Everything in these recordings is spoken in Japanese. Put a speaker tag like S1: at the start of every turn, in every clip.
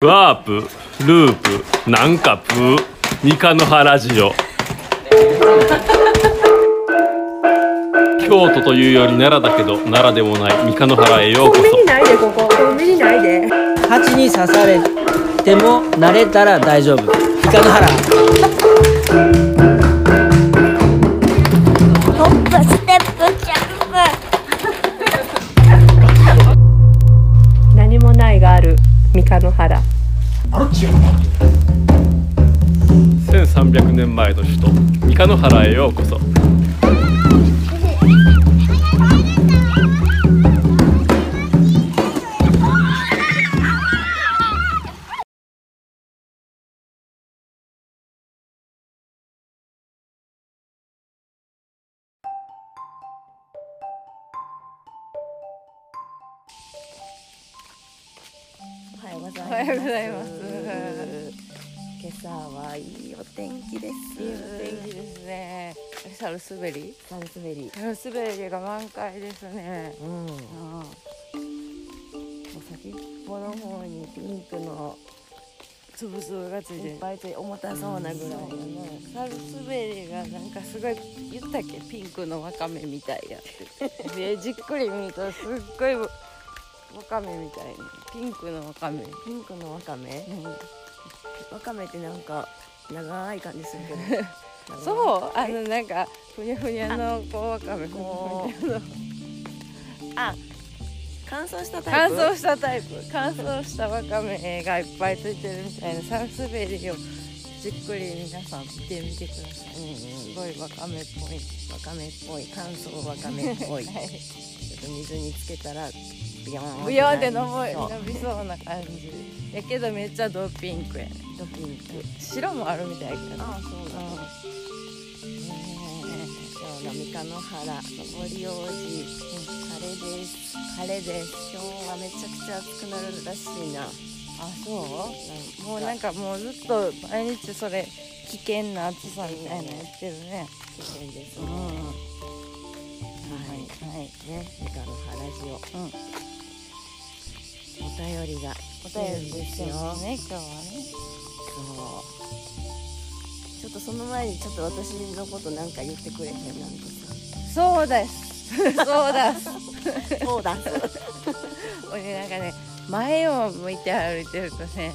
S1: ワープループなんかプー三日の原ラジオ京都というより奈良だけど奈良でもない三日の原へようこ
S2: コンビ
S1: そ
S2: ニないでここコンビニないで
S3: 蜂に刺されても慣れたら大丈夫イカの腹
S4: ホップステップジャンプ
S2: 何もないがある三日の原
S1: 1300年前の首都三日の原へようこそ
S5: おはようございます。おはようございます。今朝はいいお天気です。
S6: いいお天気ですね。サルスベリ。
S5: サルスベリー。
S6: サルスベリが満開ですね。
S5: うん。も
S6: うん
S5: う先っぽの方にピンクの
S6: つぶつぶがつい
S5: い
S6: て
S5: っ。ぱいつい重たそうなぐらいのね。
S6: サルスベリがなんかすごい言ったっけピンクのわかめみたいやって。 でじっくり見るとすっごいわかめみたいなピンクのわかめ。
S5: ピンクのわかめ。
S6: うん
S5: わかめってなんか長い感じするけど。う。
S6: そうあのなんかふにゃふにゃのこうわかめこ
S5: こ
S6: う
S5: う。あ、乾燥したタ
S6: 乾
S5: イプ。
S6: 燥したタイプ乾燥したわかめがいっぱいついてるみたいなサルスベリをじっくり皆さん見てみてください、すごいわかめっぽい
S5: わかめっぽい乾燥わかめっぽい。ちょっと水につけたらビヨーン。
S6: ブヨーンって伸
S5: そう
S6: び伸びそうな感じやけどめっちゃドピンクやね
S5: ドキンク。
S6: 白もあるみたいやけど
S5: あ、そうなんだ。そうだ、三日の原、上り王子、晴れです。晴れです。今日はめちゃくちゃ暑くなるらしいな。
S6: あそうもうなんかもうずっと毎日それ危険な暑さみたいなやってるね
S5: 危険です
S6: うん
S5: ね。は
S6: はいはい
S5: い、ね、三日の原ジオ。
S6: うん
S5: お便りが。
S6: お便りですよ
S5: そう。
S6: ね今日はね
S5: ちょっとその前に、ちょっと私のことなんか言ってくれへん、なんか
S6: そうです。 そうです。
S5: さ。そうだ。そうだ
S6: 俺なんかね、前を向いて歩いてるとね、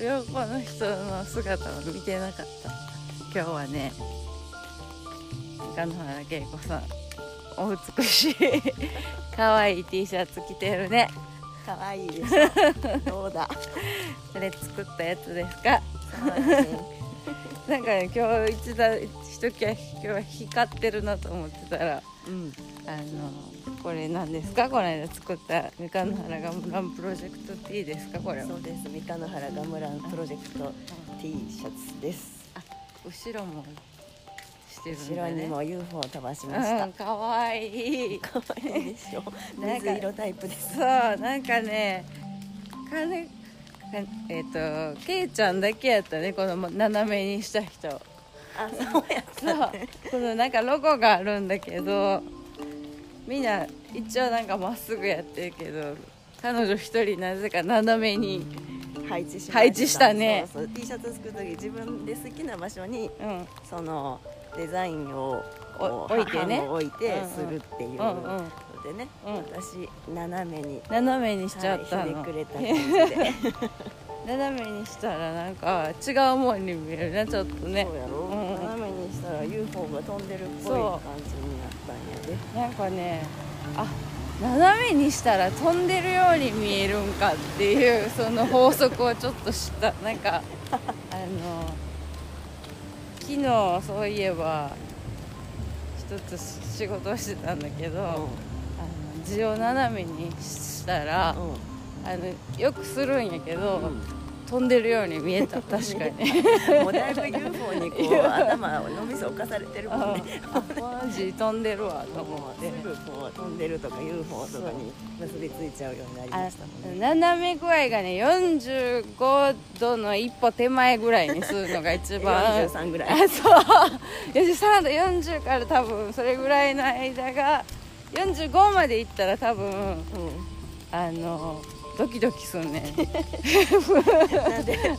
S6: 横の人の姿を見てなかった。今日はね、中野原恵子さん、お美しい、可愛い T シャツ着てるね。
S5: 可愛いでしょ。そ うだ。
S6: それ作ったやつですか
S5: そうだね
S6: なんかね、今日一度、一時は今日は光ってるなと思ってたら、
S5: うん。
S6: あのこれ何ですかこの間作ったみかんの原ガムランプロジェクト T ですかこれは
S5: そうです。三日の原ガムランプロジェクト T シャツです。
S6: 後ろもしてるん
S5: 後
S6: だ
S5: ろに
S6: ね
S5: も UFO を飛ばしまし
S6: う
S5: た
S6: ん。かわいい
S5: 可愛いでしょ。
S6: なんか
S5: 水色タイプです。
S6: そうなんかねかねかえっ、とけいちゃんだけやったねこの斜めにした人
S5: あ、そうや
S6: そうこのなんかロゴがあるんだけどみんな一応なんかまっすぐやってるけど彼女一人なぜか斜めに
S5: 配置しました。
S6: 配置したね
S5: そうそう T シャツ作る時自分で好きな場所に
S6: うん
S5: そのデザインを
S6: お
S5: こう
S6: 置いてね
S5: 版を置いて
S6: うんうん
S5: するっていう
S6: うん
S5: の
S6: うん
S5: でね。
S6: うん
S5: 私斜めに。
S6: 斜めにしちゃ
S5: はい
S6: った
S5: ひ
S6: の、
S5: ねくれた感じで。
S6: 斜めにしたらなんか違うもんに見えるねちょっとね
S5: そうやろ。
S6: ん
S5: 斜めにしたら UFO が飛んでるっぽい
S6: そう
S5: 感じになったん
S6: な
S5: やで。
S6: んかねあ斜めにしたら飛んでるように見えるんかっていうその法則をちょっと知ったなん かあの昨日そういえば一つ仕事をしてたんだけど、あの字を斜めにしたら、
S5: うん。
S6: あのよくするんやけど、飛んでるように見え た確かに。
S5: もうだいぶ UFO にこう頭を脳みそを侵されてるもんね。
S6: あマジ飛んでるわと思
S5: も
S6: っ
S5: うす
S6: て
S5: ぐこう飛んでるとか UFO とかに結びついちゃうようになりま
S6: あ
S5: したもんね。
S6: 斜め具合がね45度の一歩手前ぐらいにするのが一番
S5: 43ぐらい。
S6: あそう43度40から多分それぐらいの間が45までいったら多分
S5: うん。
S6: あのドキドキすんね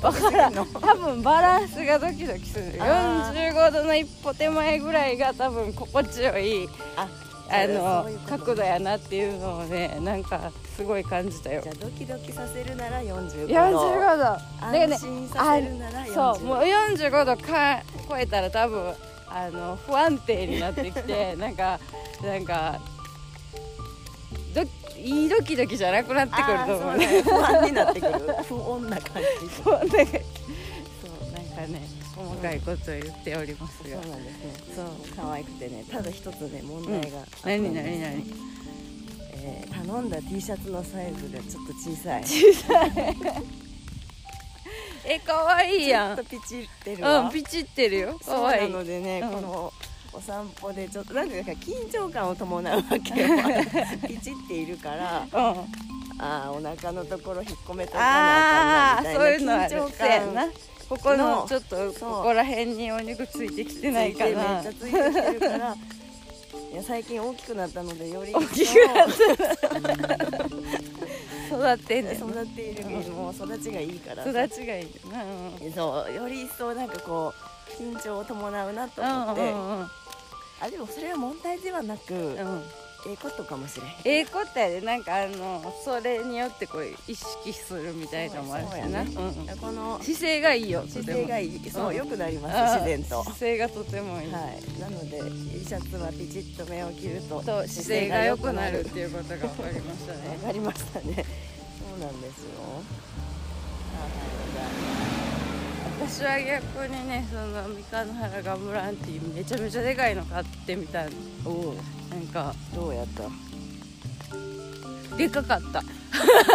S6: わからん多分バランスがドキドキする
S5: あ
S6: 45度の一歩手前ぐらいが多分心地よい
S5: あ
S6: あの
S5: そういうこと
S6: 角度やなっていうのをねなんかすごい感じたよ
S5: じゃあドキドキさせるなら45度
S6: 45度だからね
S5: 安心させるなら45
S6: そうもう45度か超えたら多分あの不安定になってき てなんかなんかどいいドキドキじゃなくなってくると思うね
S5: あーそうだね不安になってくる不穏な感 じ
S6: そうなんかそうなんかね細かいことを言っておりますが、
S5: そうなんですね
S6: そう
S5: 可愛くてねただ一つね問題が、
S6: 何何何
S5: えー頼んだ T シャツのサイズがちょっと 小さい
S6: え可愛いや
S5: ちょっとピチってるわ、
S6: んうんピチってるよ
S5: そう
S6: 可愛
S5: ないのでね、
S6: うん
S5: このお散歩でちょっとなんていうか緊張感を伴うわ けよピチっているから
S6: うん
S5: あーお腹のところ引っ込めとか
S6: あ
S5: なあか
S6: あ
S5: んなみたいな
S6: そういうのある
S5: 緊張
S6: そうや
S5: 感
S6: なここの
S5: の
S6: ちょっと
S5: そう
S6: ここら辺にお肉ついてきてないかな
S5: ついてめっちゃついてきてるからいや最近大きくなったのでより大
S6: きく育ってんねん
S5: 育っているもう育ちがいいから
S6: 育ちがいいよなうん
S5: そうより一層なんかこう緊張を伴うなと思って、
S6: う
S5: あでもそれは問題ではなく、
S6: んうんうんうん
S5: ええことかもしれへ
S6: え
S5: ん
S6: えことやでなんかあのそれによってこう意識するみたいなのもあるし
S5: そう
S6: な
S5: や
S6: う
S5: ね
S6: んうん
S5: この
S6: 姿勢がいいよとても
S5: 姿勢がいいそううん良くなります
S6: あー
S5: 自然とは
S6: 姿勢がとてもいい、
S5: いなので T シャツはピチッと目を切ると
S6: と姿勢が良くなるっ
S5: 姿
S6: ていうことが分かりました
S5: 勢が
S6: ね
S5: 良くなるわかりましたねそうなんですよ
S6: 私は逆にねその三日の原ガムランティーめちゃめちゃでかいの買ってみたい
S5: おお
S6: なんか
S5: どう やった
S6: でかかった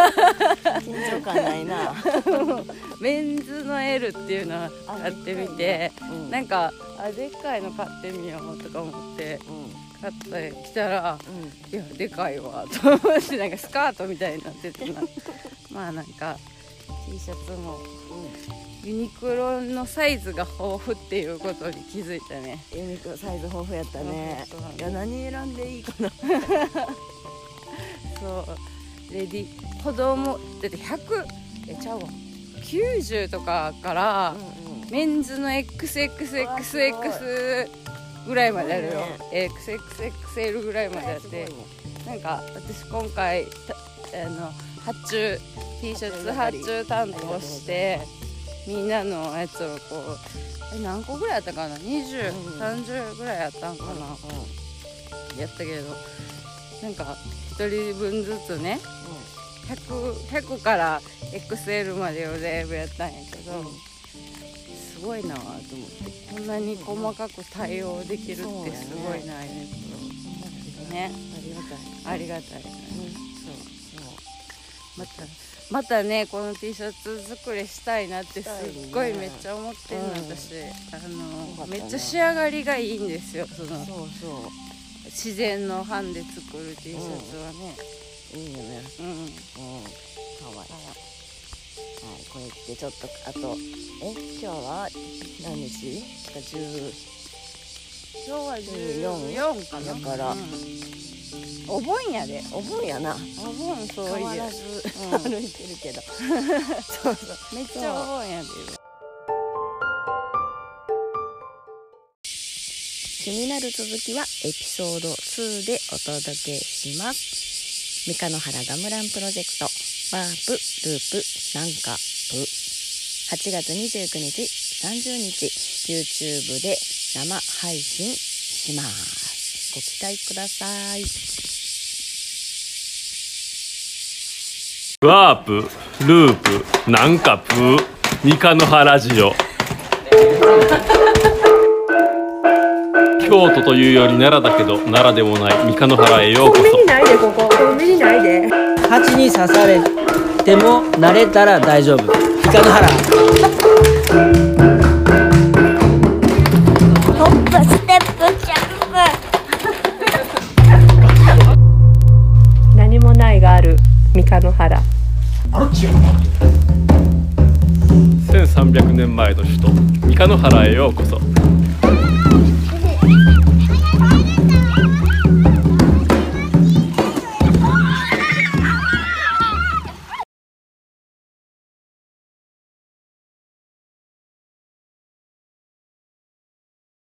S5: 緊張感ないな
S6: メンズの L っていうのを買ってみて
S5: うん
S6: なんかあでっかいの買ってみようとか思って
S5: うん
S6: 買ってきたら
S5: うん
S6: いやでかいわと思ってなんかスカートみたいになって てなまあなんか T シャツもユニクロのサイズが豊富っていうことに気づいたね
S5: ユニクロサイズ豊富やったね
S6: そうそうそう
S5: いや何選んでいいかな
S6: そうレディ子供だって100えちゃうわ90とかから、メンズの
S5: わあすごい
S6: XXXX ぐらいまであるよ
S5: す、
S6: XXXL ぐらいまであってなんか私今回たあの発注 T シャツ発注担当してみんなのやつをこうえ何個ぐらいあったかな
S5: うん
S6: 2030ぐらいあったんかな、やったけどなんか1人分ずつね 100, 100から XL までを全部やったんやけど、
S5: うん
S6: すごいなと思ってこんなに細かく対応できるってす
S5: そうやね
S6: ごいなユニクロね
S5: ありがたい
S6: ありがたい、ね
S5: そう
S6: またまたねこの T シャツ作りしたいなってすっごいめっちゃ思ってんの、
S5: うん
S6: 私あ
S5: よか
S6: の、
S5: った
S6: め
S5: ね
S6: っちゃ仕上がりがいいんですよその
S5: そうそ
S6: 自然のファンで作る T シャツはね、
S5: ういいよね
S6: うん、
S5: うんかわいいはいこれってちょっとあとえ今日は何日か10
S6: 今日は
S5: 14
S6: 14かな
S5: だから
S6: うんお盆やで
S5: お盆やな
S6: お盆そう
S5: 変
S6: い
S5: わ
S6: で
S5: らず
S6: うん
S5: 歩いてるけど そうそう
S6: めっちゃお盆やで
S5: 気になる続きはエピソード2でお届けします三日野原ガムランプロジェクトワープループなんかプ8月29日30日 YouTube で生配信しますご期待ください
S1: ワープループなんかプー三日の原ジオ京都というより奈良だけど奈良でもない三日の原へようこそ
S2: 目にないでここコンビニないで
S3: 蜂に刺されても慣れたら大丈夫イカの原
S4: ホップステップジャンプ
S2: 何もないがある三日の原
S1: 1300年前の首都三日の原へようこそ